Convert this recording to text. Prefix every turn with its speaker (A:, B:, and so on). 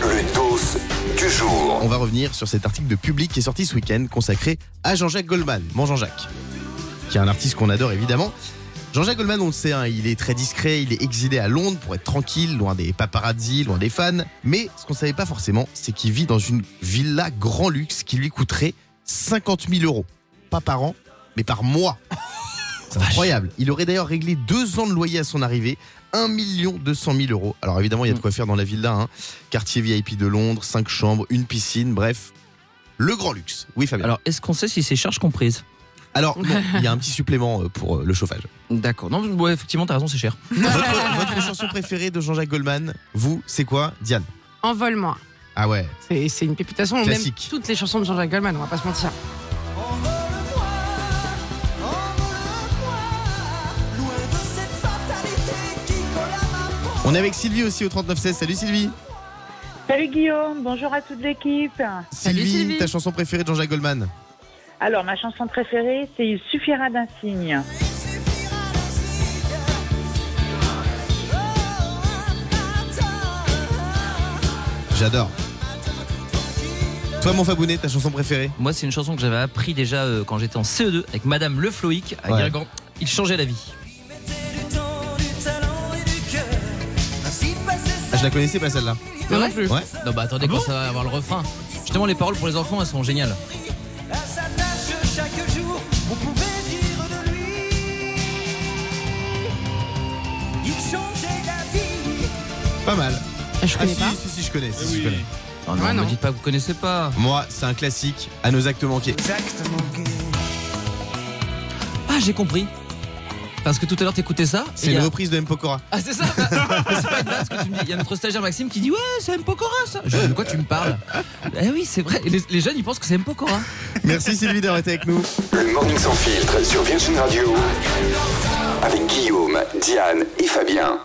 A: Le dos du jour.
B: On va revenir sur cet article de Public qui est sorti ce week-end consacré à Jean-Jacques Goldman. Bon Jean-Jacques, qui est un artiste qu'on adore évidemment. Jean-Jacques Goldman, on le sait, hein, il est très discret, il est exilé à Londres pour être tranquille, loin des paparazzi, loin des fans. Mais ce qu'on savait pas forcément, c'est qu'il vit dans une villa grand luxe qui lui coûterait 50 000 euros. Pas par an, mais par mois. C'est incroyable. Il aurait d'ailleurs réglé deux ans de loyer à son arrivée, 1 200 000 euros. Alors évidemment, il y a de quoi faire dans la villa. hein. Quartier VIP de Londres, cinq chambres, une piscine, bref. Le grand luxe. Oui, Fabien.
C: Alors, est-ce qu'on sait si c'est charges comprises
B: Alors, non, il y a un petit supplément euh, pour euh, le chauffage.
C: D'accord. Non, ouais, effectivement, t'as raison, c'est cher.
D: Euh,
B: Votre, votre chanson préférée de Jean-Jacques Goldman, vous, c'est quoi, Diane
D: Envole-moi.
B: Ah ouais.
D: C'est c'est une pépitation. On aime
B: Classique.
D: toutes les chansons de Jean-Jacques Goldman, on va pas se mentir.
B: On est avec Sylvie aussi au 3916. Salut Sylvie.
E: Salut Guillaume, bonjour à toute l'équipe.
D: Salut, Sylvie.
B: ta chanson préférée de Jean-Jacques Goldman
E: Alors ma chanson préférée, c'est Il suffira d'un signe.
B: J'adore. Toi, mon Fabounet, ta chanson préférée
C: Moi, c'est une chanson que j'avais appris déjà euh, quand j'étais en CE2 avec Madame Le Floïc à
B: Ouais.
C: Guingamp. Il changeait la vie.
B: Ah, Je la connaissais pas celle-là.
D: Moi non plus.
B: Ouais.
C: Non, bah attendez, quand ça va avoir le refrain. Justement, les paroles pour les enfants, elles sont géniales.
B: Pas mal.
D: Je
B: Ah
D: connais
B: si,
D: pas.
B: si, si, je connais. si, si, je connais.
C: Oh,
D: Ouais,
C: me
D: non.
C: dites pas que vous connaissez pas.
B: Moi, c'est un classique à nos actes manqués.
C: Ah, j'ai compris. Parce que tout à l'heure, t'écoutais ça. et
B: C'est
C: il y
B: une
C: a-
B: reprise de M. Pokora.
C: Ah, c'est ça Bah, C'est pas une blague ce que tu me dis. Il y a notre stagiaire Maxime qui dit Ouais, c'est M. Pokora ça Je dis De quoi tu me parles Eh oui, c'est vrai. Et Les, les jeunes, ils pensent que c'est M. Pokora.
B: Merci Sylvie d'avoir été avec nous.
A: Le morning sans filtre sur Virgin Radio. Avec Guillaume, Diane et Fabien.